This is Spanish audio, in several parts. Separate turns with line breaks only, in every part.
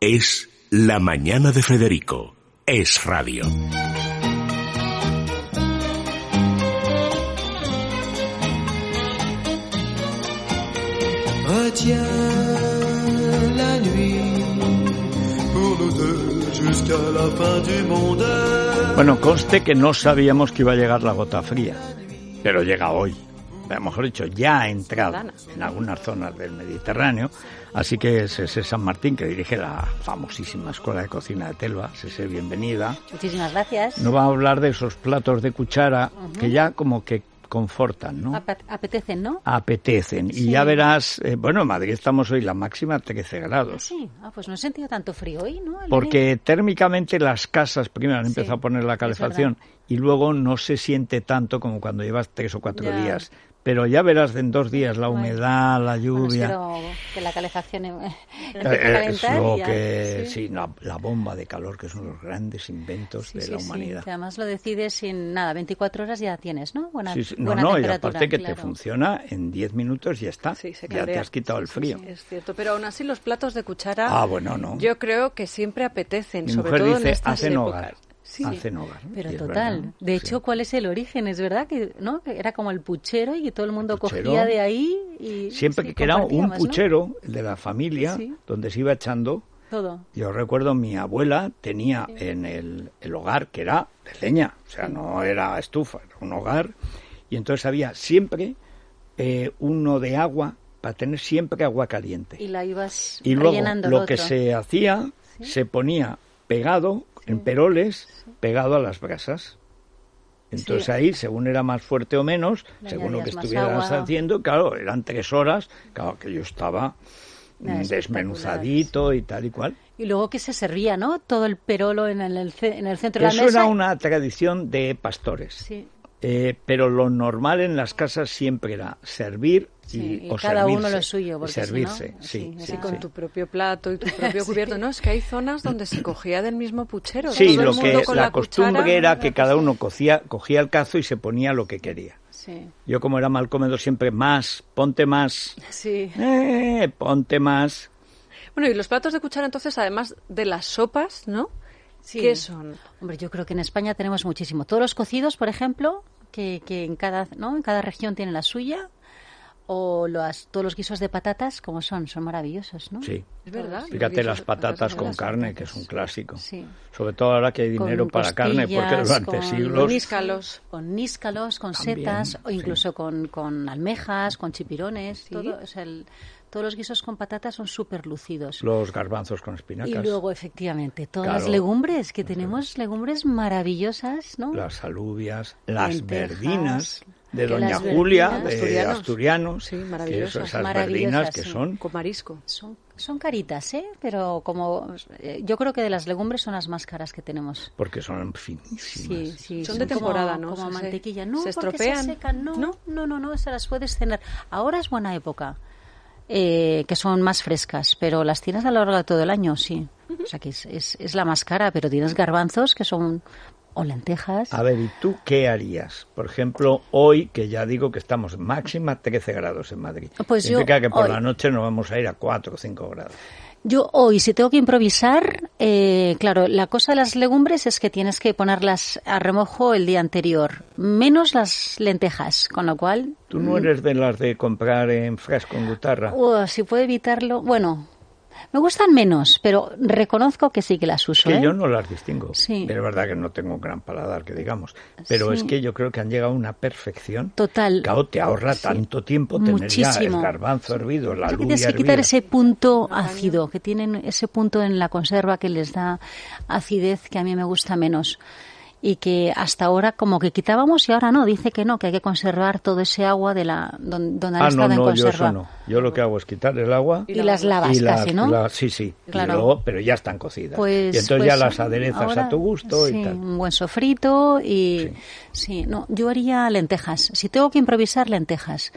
Es La Mañana de Federico. Es Radio.
Retiens la nuit pour nous deux jusqu'à la fin du monde.
Bueno, conste que no sabíamos que iba a llegar la gota fría, pero llega hoy. A lo mejor dicho, ya ha entrado en algunas zonas del Mediterráneo. Así que César San Martín, que dirige la famosísima Escuela de Cocina de Telva. César, bienvenida.
Muchísimas gracias.
No va a hablar de esos platos de cuchara que ya como que confortan, ¿no?
Apet- Apetecen, ¿no?
Apetecen. Y
Sí.
ya verás, eh, bueno, en Madrid estamos hoy la máxima 13 grados.
Sí. Ah, pues no he sentido tanto frío hoy, ¿no? Elena?
Porque térmicamente las casas primero han empezado
Sí,
a poner la
es
calefacción y luego no se siente tanto como cuando llevas tres o cuatro
Ya.
días. Pero ya verás en dos días la
Bueno.
humedad, la
Bueno,
lluvia.
espero que la calefacción em- empiece
Eh,
a
Es
calentar
lo
y ya.
que, sí, la, la bomba de calor, que son los grandes inventos
Sí,
de
sí,
la
sí,
humanidad.
que además lo decides sin nada, 24 horas ya tienes, ¿no? Buena,
Sí, sí. No,
buena
no, y
temperatura,
aparte que te
claro.
funciona en 10 minutos y ya está.
Sí, se
ya te
cambia.
has quitado el frío.
Es cierto, pero aún así los platos de cuchara.
Ah, bueno, no.
Yo creo que siempre apetecen,
Mi
sobre
mujer
todo en
dice,
estas
hacen
épocas.
hogar.
Sí.
Hacen hogar.
Pero
y es
total,
verdad,
de
sí.
hecho, ¿cuál es el origen? Es verdad que, ¿no? Que era como el puchero y que todo el mundo
puchero.
cogía de ahí y
Siempre
sí,
que era un
compartíamos, ¿no?
puchero de la familia
Sí.
donde se iba echando.
Todo.
Yo recuerdo mi abuela tenía en el, el hogar que era de leña, o sea, no era estufa, era un hogar, y entonces había siempre eh, uno de agua para tener siempre agua caliente.
Y la ibas
y luego
rellenando el
lo que
otro.
se hacía se ponía pegado en peroles pegado a las brasas entonces
Sí.
ahí según era más fuerte o menos
Le
según lo que
añadías más
estuvieras
agua.
haciendo claro eran tres horas claro que yo estaba
Nada,
mm,
espectacular,
desmenuzadito y tal y cual
Y luego que se servía, ¿no? Todo el perolo en el, el ce- en el centro de la
eso
mesa.
era una tradición de pastores
Sí.
Eh, pero lo normal en las casas siempre era servir y,
Sí, y
o
cada uno
servirse,
lo suyo,
y
porque si no,
servirse
así
sí,
era-
sí,
Sí, con
sí.
tu propio plato y tu propio cubierto. No, es que hay zonas donde se cogía del mismo puchero.
Sí,
todo
lo
el
que
mundo con
la,
la,
costumbre
cuchara.
era que cada uno cocía, cogía el cazo y se ponía lo que quería.
Sí.
Yo como era mal comedor siempre más, ponte más,
Sí.
eh, ponte más.
Bueno, y los platos de cuchara, entonces, además de las sopas, ¿no?
Sí.
¿Qué son?
Hombre, yo creo que en España tenemos muchísimo. Todos los cocidos, por ejemplo, que, que en cada ¿no? en cada región tienen la suya. O las, todos los guisos de patatas, como son, son maravillosos, ¿no?
Sí.
Es verdad.
Fíjate las patatas con
Las
carne, que es un clásico.
Sí.
Sobre todo ahora que hay
Con
dinero para carne, porque
costillas,
durante
con
siglos...
níscalos.
Con níscalos, con
También,
setas, o
sí.
incluso con, con almejas, con chipirones. Todo, o sea, el- todos los guisos con patatas son súper lucidos.
Los garbanzos con
Y
espinacas,
luego, efectivamente, todas las
Claro.
legumbres, que tenemos legumbres maravillosas, ¿no?
las alubias, las
Lentejas,
verdinas de
que
Doña
las
Julia,
verdinas-
de
Asturianos.
Asturianos,
Sí,
que eso,
maravillosas,
esas
maravillosas,
verdinas que
sí.
son
Con marisco.
Son, son caritas, ¿eh? Pero como... eh, yo creo que de las legumbres son las más caras que tenemos.
porque son
Sí,
finísimas.
sí.
Son de
como-
temporada, ¿no?
Como
Se- se-
mantequilla. No,
se
porque
estropean.
se secan. No,
¿No?
no, no, no, se las puedes cenar. Ahora es buena época, eh, que son más frescas, pero las tienes a lo largo de todo el año, sí. O sea que es, es, es la más cara, pero tienes garbanzos que son... o lentejas.
A ver, ¿y tú qué harías? Por ejemplo, hoy, que ya digo que estamos máxima 13 grados en Madrid.
Pues yo
Significa que por
hoy-
la noche nos vamos a ir a 4 o 5 grados.
Yo hoy, si tengo que improvisar, eh, claro, la cosa de las legumbres es que tienes que ponerlas a remojo el día anterior, menos las lentejas, con lo cual,
¿Tú no eres de las de comprar en frasco en guitarra?
uh, si puedo evitarlo, bueno, me gustan menos, pero reconozco que sí que las uso.
Que
¿eh?
yo no las distingo.
Sí.
Es verdad que no tengo un gran paladar, que digamos. Pero
Sí.
es que yo creo que han llegado a una perfección.
Total.
Claro, te ahorra
Sí.
tanto tiempo tener ya el
Muchísimo.
garbanzo hervido, la
Creo que
lubia
tienes que
hervida.
quitar ese punto ácido, que tienen ese punto en la conserva que les da acidez que a mí me gusta menos. Y que hasta ahora como que quitábamos y ahora no, dice que no, que hay que conservar todo ese agua de la don- donde han
Ah, no,
estado
no,
en
yo
conserva.
eso no. Yo lo que hago es quitar el agua...
Y las lavas
y las-
casi, ¿no?
la- sí, sí. Y
Claro.
luego- pero ya están cocidas.
Pues,
y entonces
pues,
ya las aderezas
ahora,
a tu gusto
sí,
y tal.
Un buen sofrito y sí. no, yo haría lentejas. Si tengo que improvisar lentejas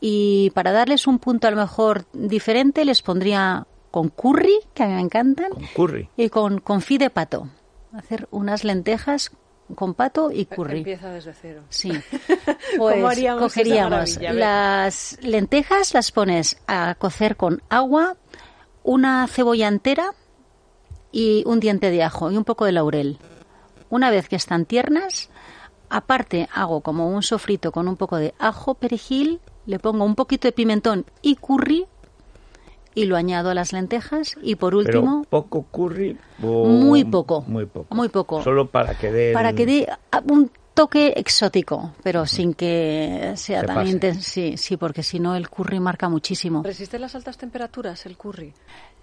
y para darles un punto a lo mejor diferente les pondría con curry, que a mí me encantan,
Con curry.
y con confit de pato. Hacer unas lentejas con pato y curry.
Empieza desde cero.
Sí.
¿Cómo
Pues
haríamos esa
cogeríamos
maravilla? A ver.
las lentejas, las pones a cocer con agua, una cebolla entera, y un diente de ajo y un poco de laurel. Una vez que están tiernas, aparte hago como un sofrito con un poco de ajo, perejil, le pongo un poquito de pimentón y curry y lo añado a las lentejas y por último
Pero poco curry o
muy poco
muy poco
muy poco
solo para que dé el-
para que dé ah, un toque exótico, pero sin que sea
Se
tan
pase.
intenso. Sí, sí, porque si no el curry marca muchísimo.
¿Resiste las altas temperaturas el curry?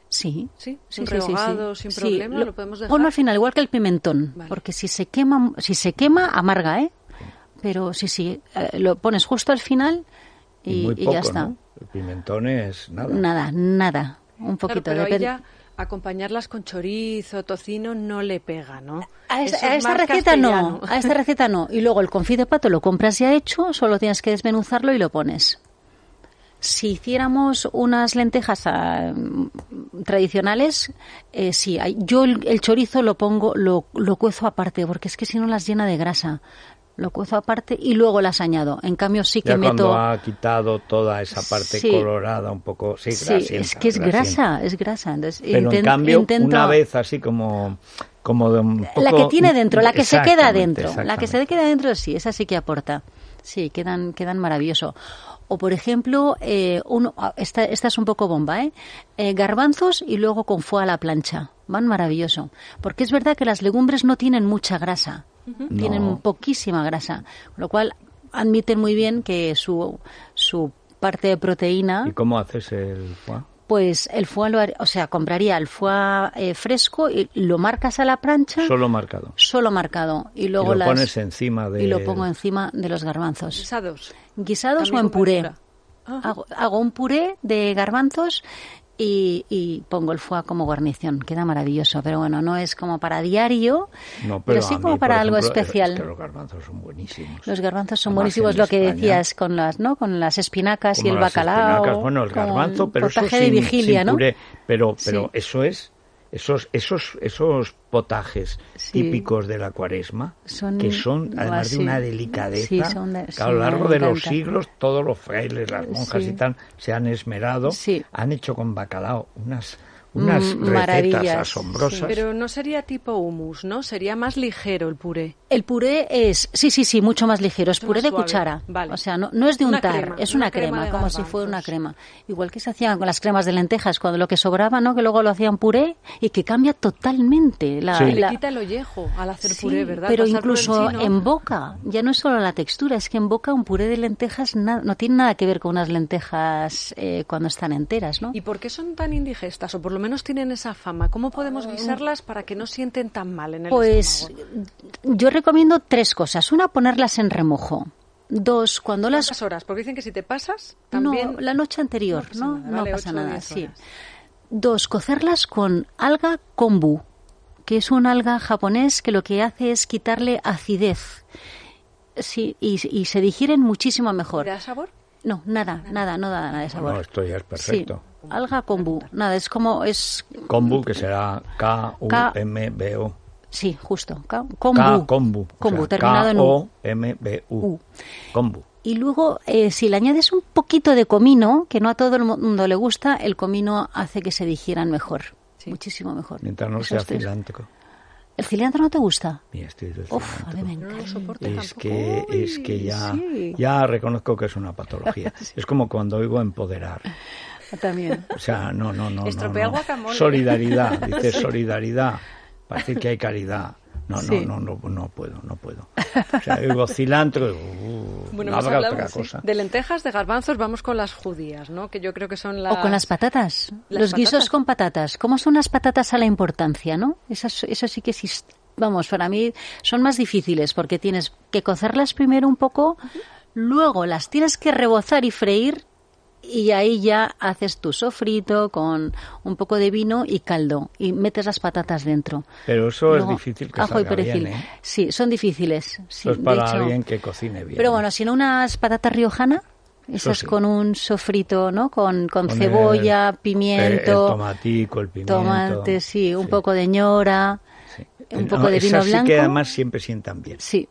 Sí.
Sí, sin rehogado, sin problema, lo podemos dejar.
Bueno, al final, igual que el pimentón,
Vale.
porque si se quema, si se quema, amarga, ¿eh? Pero sí, sí, eh, lo pones justo al final y,
muy
y
poco,
ya está.
¿no? El pimentón es nada.
Nada, nada. Un
Claro,
poquito.
pero ahí
depende.
ya acompañarlas con chorizo, tocino, no le pega, ¿no?
A esta,
Eso
a
es
esta
más
receta no,
castellano.
a esta receta no. Y luego el confit de pato lo compras ya hecho, solo tienes que desmenuzarlo y lo pones. Si hiciéramos unas lentejas ah, mm, tradicionales, eh, sí, hay- yo el, el chorizo lo pongo, lo, lo cuezo aparte, porque es que si no las llena de grasa. Lo cuezo aparte y luego las añado. En cambio sí que
Ya
meto...
cuando ha quitado toda esa parte
Sí.
colorada un poco, sí,
Sí,
grasienta,
es que es
grasienta.
grasa, es grasa. Entonces,
Pero en
inten-
cambio,
intento-
una vez así como, como de un
la
poco-
que tiene dentro, la que se queda
Exactamente,
dentro, la que se
exactamente.
queda dentro sí, esa sí que aporta. Sí, quedan quedan maravilloso. O por ejemplo, eh, uno, ah, esta, esta es un poco bomba, ¿eh? Eh, Garbanzos y luego con foie a la plancha, van maravilloso, porque es verdad que las legumbres no tienen mucha grasa, tienen
No.
poquísima grasa, con lo cual admiten muy bien que su su parte de proteína
¿Y cómo haces el foie?
pues el foie lo har- o sea compraría el foie eh, fresco y lo marcas a la plancha
Solo marcado.
solo marcado y
Y
luego
lo
las-
pones encima de...
y lo pongo encima de los garbanzos
Guisados.
guisados o
También
en
con
puré
verdura. Ah.
hago, hago un puré de garbanzos y, y pongo el foie como guarnición queda maravilloso pero bueno no es como para diario
No, pero,
pero, sí
a mí,
como
por
para algo
ejemplo, es-
especial
Es que los garbanzos son buenísimos.
los garbanzos son
Además,
buenísimos
en
lo que
España,
decías con las no con las espinacas y
como
el
las espinacas,
bacalao
Bueno, el
como
garbanzo, pero eso
potaje
sin,
de vigilia
sin
no
puré. Pero, pero
Sí.
eso es, esos, esos, esos potajes
Sí.
típicos de la cuaresma,
Son-
que son además
así.
de una delicadeza,
Sí, son de-
que
sí,
a lo
me
largo de los
encanta.
siglos todos los frailes, las monjas
Sí.
y tal, se han esmerado,
Sí.
han hecho con bacalao unas, unas
Mm,
recetas
maravillas,
asombrosas.
Pero no sería tipo humus, ¿no? Sería más ligero el puré.
El puré es, sí, sí, sí, mucho más ligero. Es
Mucho
puré
más
de
suave.
cuchara.
Vale.
O sea, no, no es de
Una
untar,
crema,
es
una
una
crema
crema,
de
como si fuera una
garbanzos.
crema. Igual que se hacían con las cremas de lentejas, cuando lo que sobraba, ¿no? Que luego lo hacían puré y que cambia totalmente la.
Sí.
la-
Le quita el ollejo al hacer
Sí,
puré, ¿verdad?
pero
Pasar por
incluso
encima.
en boca, ya no es solo la textura, es que en boca un puré de lentejas na- no tiene nada que ver con unas lentejas eh, cuando están enteras, ¿no?
¿Y por qué son tan indigestas? O por lo menos tienen esa fama. ¿Cómo podemos guisarlas para que no sienten tan mal en el
Ah. Pues
estómago?
yo recomiendo tres cosas. Una, ponerlas en remojo. Dos, cuando las
¿Cuántas horas? Porque dicen que si te pasas, también...
No, la noche anterior,
pasa
¿no?
nada,
No
vale,
pasa
ocho o
nada,
diez
sí.
horas.
Dos, cocerlas con alga kombu, que es un alga japonés que lo que hace es quitarle acidez. Sí, y, y se digieren muchísimo mejor.
¿Te da sabor?
No, nada, nada, no da nada de sabor.
Bueno, esto ya es
Sí,
perfecto.
alga kombu, nada, es como, es,
Kombu, que será K-U-M-B-O.
sí, justo, ka-
K,
kombu.
kombu.
Kombu,
o sea,
terminado en u.
K-O-M-B-U.
U.
Kombu.
Y luego, eh, si le añades un poquito de comino, que no a todo el mundo le gusta, el comino hace que se digieran mejor.
Sí.
Muchísimo mejor.
Mientras no
Esos
sea
tres.
filántrico.
¿El cilantro no te gusta?
Mira, estoy del
Uf, a mí
cilantro.
me
No lo
encanta.
soporto
Es
tampoco.
que, es que
Uy,
ya,
sí.
ya reconozco que es una patología. Es como cuando oigo empoderar.
También.
O sea, no, no, no. no,
Estropea el
no.
guacamole.
Solidaridad, dice solidaridad. Para decir que hay caridad. No,
Sí.
no, no, no, no puedo, no puedo. O sea, oigo cilantro y uh, no
Bueno, hemos
habrá
hablado,
otra
sí,
cosa.
de lentejas, de garbanzos, vamos con las judías, ¿no? Que yo creo que son las...
O con las patatas.
Las
Los
patatas.
guisos con patatas. ¿Cómo son las patatas a la importancia, no? Esas, eso sí que es... Vamos, para mí son más difíciles porque tienes que cocerlas primero un poco, luego las tienes que rebozar y freír y ahí ya haces tu sofrito con un poco de vino y caldo y metes las patatas dentro.
Pero eso es
Luego,
difícil que
ajo y
salga
perejil.
bien, ¿eh?
Sí, son difíciles. Sí,
Eso es para
de hecho,
alguien que cocine bien.
Pero bueno, si no unas patatas riojana, esas
sí.
con un sofrito, ¿no? Con, con
Con
cebolla,
el- eh,
pimiento,
El tomatico, el pimiento.
tomate, sí, un
Sí,
poco de ñora,
sí. Eh,
un
No,
poco de vino
esas
blanco.
sí que además siempre sientan bien.
Sí,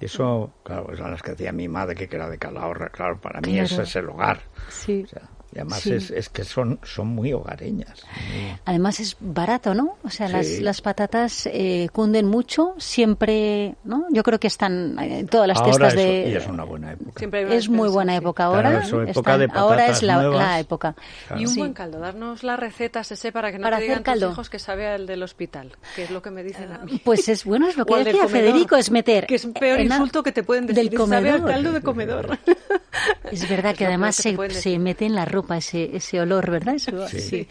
Eso, claro, es las que hacía mi madre, que era de Calahorra, claro, para mí
Claro.
ese es el hogar.
sí.
O sea, Y además es, es que son, son muy hogareñas. muy-
Además es barato, ¿no? O sea, las,
Sí.
las patatas eh, cunden mucho, siempre, ¿no? Yo creo que están eh, en todas las
Ahora
fiestas
es,
de...
y es una buena época.
Siempre hay una
es muy
despensa,
buena
sí.
época ahora.
Claro, es su época de
ahora
patatas
es la,
nuevas.
la época.
Claro.
Y un
Sí.
buen caldo, darnos la receta, Sese, para que no
Para
te
hacer
digan
caldo.
tus hijos que sabe al del hospital, que es lo que me dicen a mí.
Pues es bueno, es lo
O
que
al del
decía
comedor,
Federico, es meter.
Que es un peor
en a-
insulto que te pueden decir.
Del
Sabe al
comedor.
caldo de comedor.
Es verdad
Es
que
lo
además
peor que te
se,
pueden
se
decir.
mete en la ropa ese, ese olor, ¿verdad? Eso-
Sí.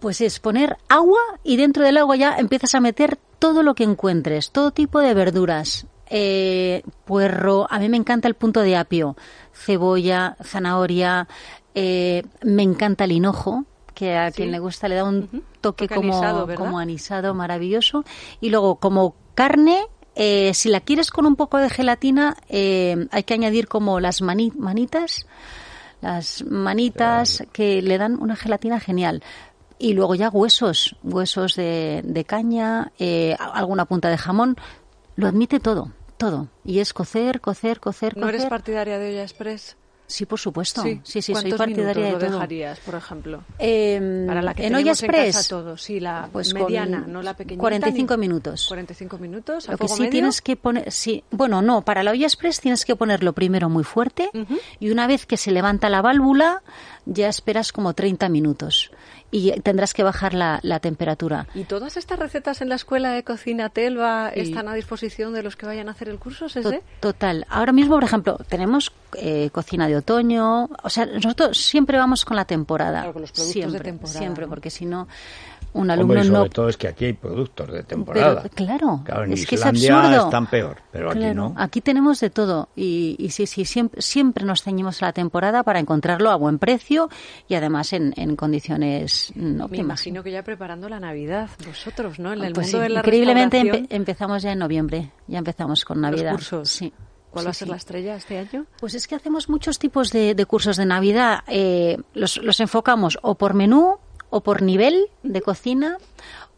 Pues es poner agua y dentro del agua ya empiezas a meter todo lo que encuentres, todo tipo de verduras. Eh, puerro, a mí me encanta el punto de apio, cebolla, zanahoria, eh, me encanta el hinojo, que a quien le gusta le da un toque
Toque
como,
anisado, ¿verdad?
como anisado maravilloso. Y luego, como carne, eh, si la quieres con un poco de gelatina, eh, hay que añadir como las mani- manitas, las manitas que le dan una gelatina genial. Y luego ya huesos, huesos de, de caña, eh, a- alguna punta de jamón, lo admite todo, todo. Y es cocer, cocer, cocer,
¿No eres
cocer.
partidaria de olla express?
Sí, por supuesto. Sí, sí, soy
¿Cuántos
partidaria
minutos
de
lo
todo.
dejarías, por ejemplo?
Eh,
Para la que
en Olla
tenemos en casa
Express,
todos, sí, la
pues con
mediana, no la pequeñita.
45
ni-
minutos.
45 minutos, a
Lo que
fuego
sí
medio.
tienes que poner, sí, bueno, no, para la olla express tienes que ponerlo primero muy fuerte y una vez que se levanta la válvula ya esperas como 30 minutos y tendrás que bajar la, la temperatura.
¿Y todas estas recetas en la escuela de cocina Telva
Sí.
están a disposición de los que vayan a hacer el curso,
To-
Sese?
Total. Ahora mismo, por ejemplo, tenemos eh, cocina de otoño. O sea, nosotros siempre vamos con la temporada.
Claro, con los productos de
siempre,
temporada,
Siempre,
¿no?
porque si no, un
Hombre,
alumno
y sobre
no
todo es que aquí hay productos de temporada.
Pero, claro,
en
es que es
Islandia
absurdo.
están peor, pero aquí
Claro, ah,
no.
Aquí tenemos de todo y, y sí, sí, siempre, siempre nos ceñimos a la temporada para encontrarlo a buen precio y además en, en condiciones mm,
Me
óptimas.
imagino que ya preparando la Navidad, vosotros, ¿no? En el
Pues
mundo
sí,
de la
increíblemente empe-
restauración,
empezamos ya en noviembre, ya empezamos con
los
Navidad.
cursos.
Sí.
¿Cuál
Sí,
va a ser
sí.
la estrella este año?
Pues es que hacemos muchos tipos de, de cursos de Navidad. Eh, los, los enfocamos o por menú, o por nivel de cocina,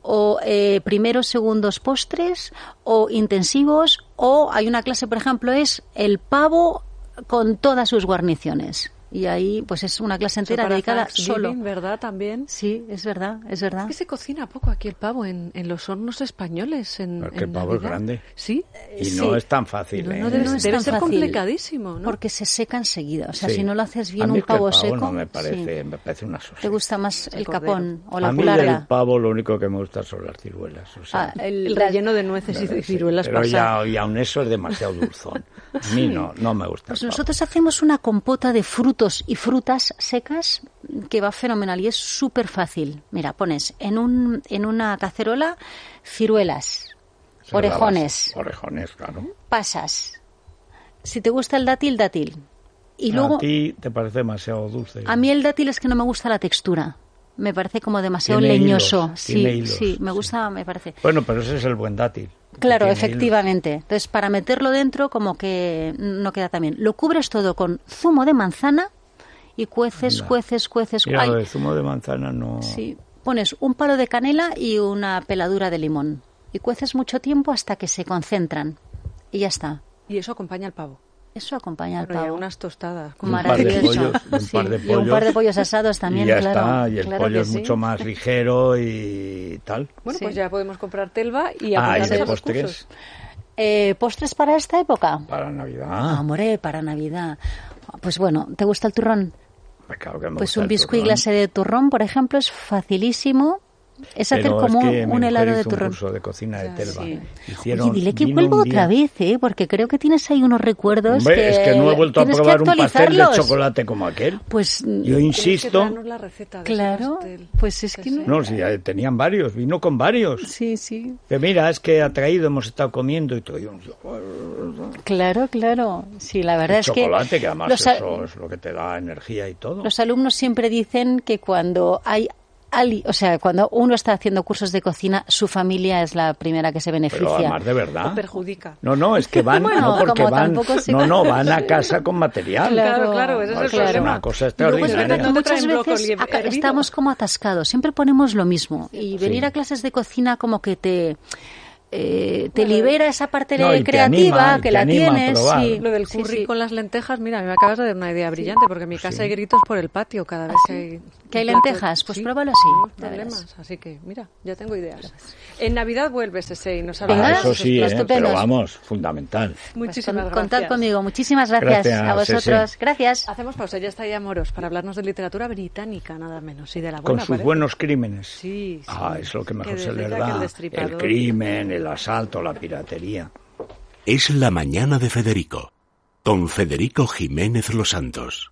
o eh, primeros, segundos postres, o intensivos, o hay una clase, por ejemplo, es el pavo con todas sus guarniciones. Y ahí, pues es una clase
Eso
entera
para
dedicada
Thanksgiving,
solo.
¿verdad? También.
Sí, es verdad, es verdad.
Es que se cocina poco aquí el pavo en, en los hornos españoles. En,
Porque el
en
pavo es
Navidad.
grande.
Sí.
Y
sí.
no es tan fácil.
No,
¿eh?
no debe,
no es
debe
tan
ser
fácil.
complicadísimo, ¿no?
Porque se seca enseguida. O sea,
Sí.
si no lo haces
A
bien
mí
un
es que el
pavo, seco.
No me
sí.
parece, me parece una sosa.
¿Te gusta más el,
El cordero.
capón o la
a mí
pularga?
del pavo lo único que me gusta son las ciruelas. o sea,
Ah,
El
la-
relleno de nueces y
sí,
ciruelas
pero
pasadas.
ya, y aún eso es demasiado dulzón. A mí no, no me gusta.
Pues
el pavo.
nosotros hacemos una compota de frutos y frutas secas que va fenomenal y es súper fácil. Mira, pones en, un, en una cacerola ciruelas,
Eso es la base.
orejones,
Orejones, claro.
pasas. Si te gusta el dátil, dátil. Y
a
luego,
ti te parece demasiado dulce.
a mí el dátil es que no me gusta la textura. Me parece como demasiado
Tiene
leñoso.
hilos,
sí,
tiene hilos,
sí, me
sí.
gusta, me parece.
Bueno, pero ese es el buen dátil. que
Claro,
tiene
efectivamente. Entonces, para meterlo dentro, como que no queda tan bien. Lo cubres todo con zumo de manzana y cueces,
Anda.
cueces, cueces.
hilos. Mira,
Ay,
lo de zumo de manzana no...
sí. Pones un palo de canela y una peladura de limón. Y cueces mucho tiempo hasta que se concentran. Y ya está.
Y eso acompaña al pavo.
Eso acompaña al
Bueno, y a
pavo.
unas tostadas.
un par de
Maravilloso.
pollos, y un
Sí,
par de
Y un par de
pollos.
pollos asados también,
y ya
claro.
está, y el
Claro
pollo
que
es
sí.
mucho más ligero y tal.
Bueno,
Sí.
pues ya podemos comprar telva y
ah, y
apuntarnos
de
a los
postres
cursos.
Eh, ¿Postres para esta época?
para Navidad.
Ah, Amore, para Navidad. Pues bueno, ¿te gusta el turrón?
Claro que me
Pues
gusta
un
el
biscuit
turrón,
glacé de turrón, por ejemplo, es facilísimo. Es hacer
pero
como
es que mi
un
mujer
helado de
hizo
turrón.
Un curso de cocina de Telva.
sí.
Hicieron,
Oye, dile que
vino
vuelva
un
otra
día-
vez, ¿eh? porque creo que tienes ahí unos recuerdos
Hombre,
que
es que no he vuelto a
tienes que
probar un pastel de
actualizarlos.
chocolate como aquel.
Pues
Yo
mm,
Tienes que
insisto,
traernos la receta de ese
claro,
pastel.
pues es que no.
no, si ya tenían varios, vino con varios.
Sí, sí.
Que mira, es que ha traído, hemos estado comiendo y todo. y un-
Claro, claro. Sí, la verdad
y
es que
chocolate, que, además
los, a-
eso es lo que te da energía y todo.
los alumnos siempre dicen que cuando hay ali- o sea, cuando uno está haciendo cursos de cocina, su familia es la primera que se beneficia. Pues
Pero además de verdad.
Perjudica.
No, no, es que van,
Bueno,
no porque
como
van,
tampoco se-
no, no, van a casa con material.
Claro, claro, ese
es el problema. una cosa
Y luego es
extraordinaria.
verdad que
No te
muchas
traen
veces
brócoli eh,
aca-
hervido.
estamos como atascados, siempre ponemos lo mismo. Y venir
Sí.
a clases de cocina como que te eh, te libera esa parte no, creativa anima, que la tienes. Sí. Pues
Lo del curry sí, sí. con las lentejas, mira, me acabas de dar una idea brillante, porque en mi casa hay gritos por el patio cada vez que hay...
Ah, ¿Que hay lentejas? Pues pruébalo así.
problemas, así que mira, ya tengo ideas. Gracias. En Navidad vuelves ese y nos
hablas. Ah, eso sí, eh, pero vamos, fundamental.
Muchísimas pues
con, gracias. Contad conmigo, muchísimas gracias, gracias a vosotros. Gracias.
Hacemos pausa, ya está ahí Amoros, para hablarnos de literatura británica, nada menos, y de la buena,
Con sus
parece.
buenos crímenes.
pues Sí,
Ah, es lo que mejor
que
se les
dedica que el
da.
destripador.
el crimen, el asalto, la piratería.
Es la mañana de Federico, con Federico Jiménez Los Santos.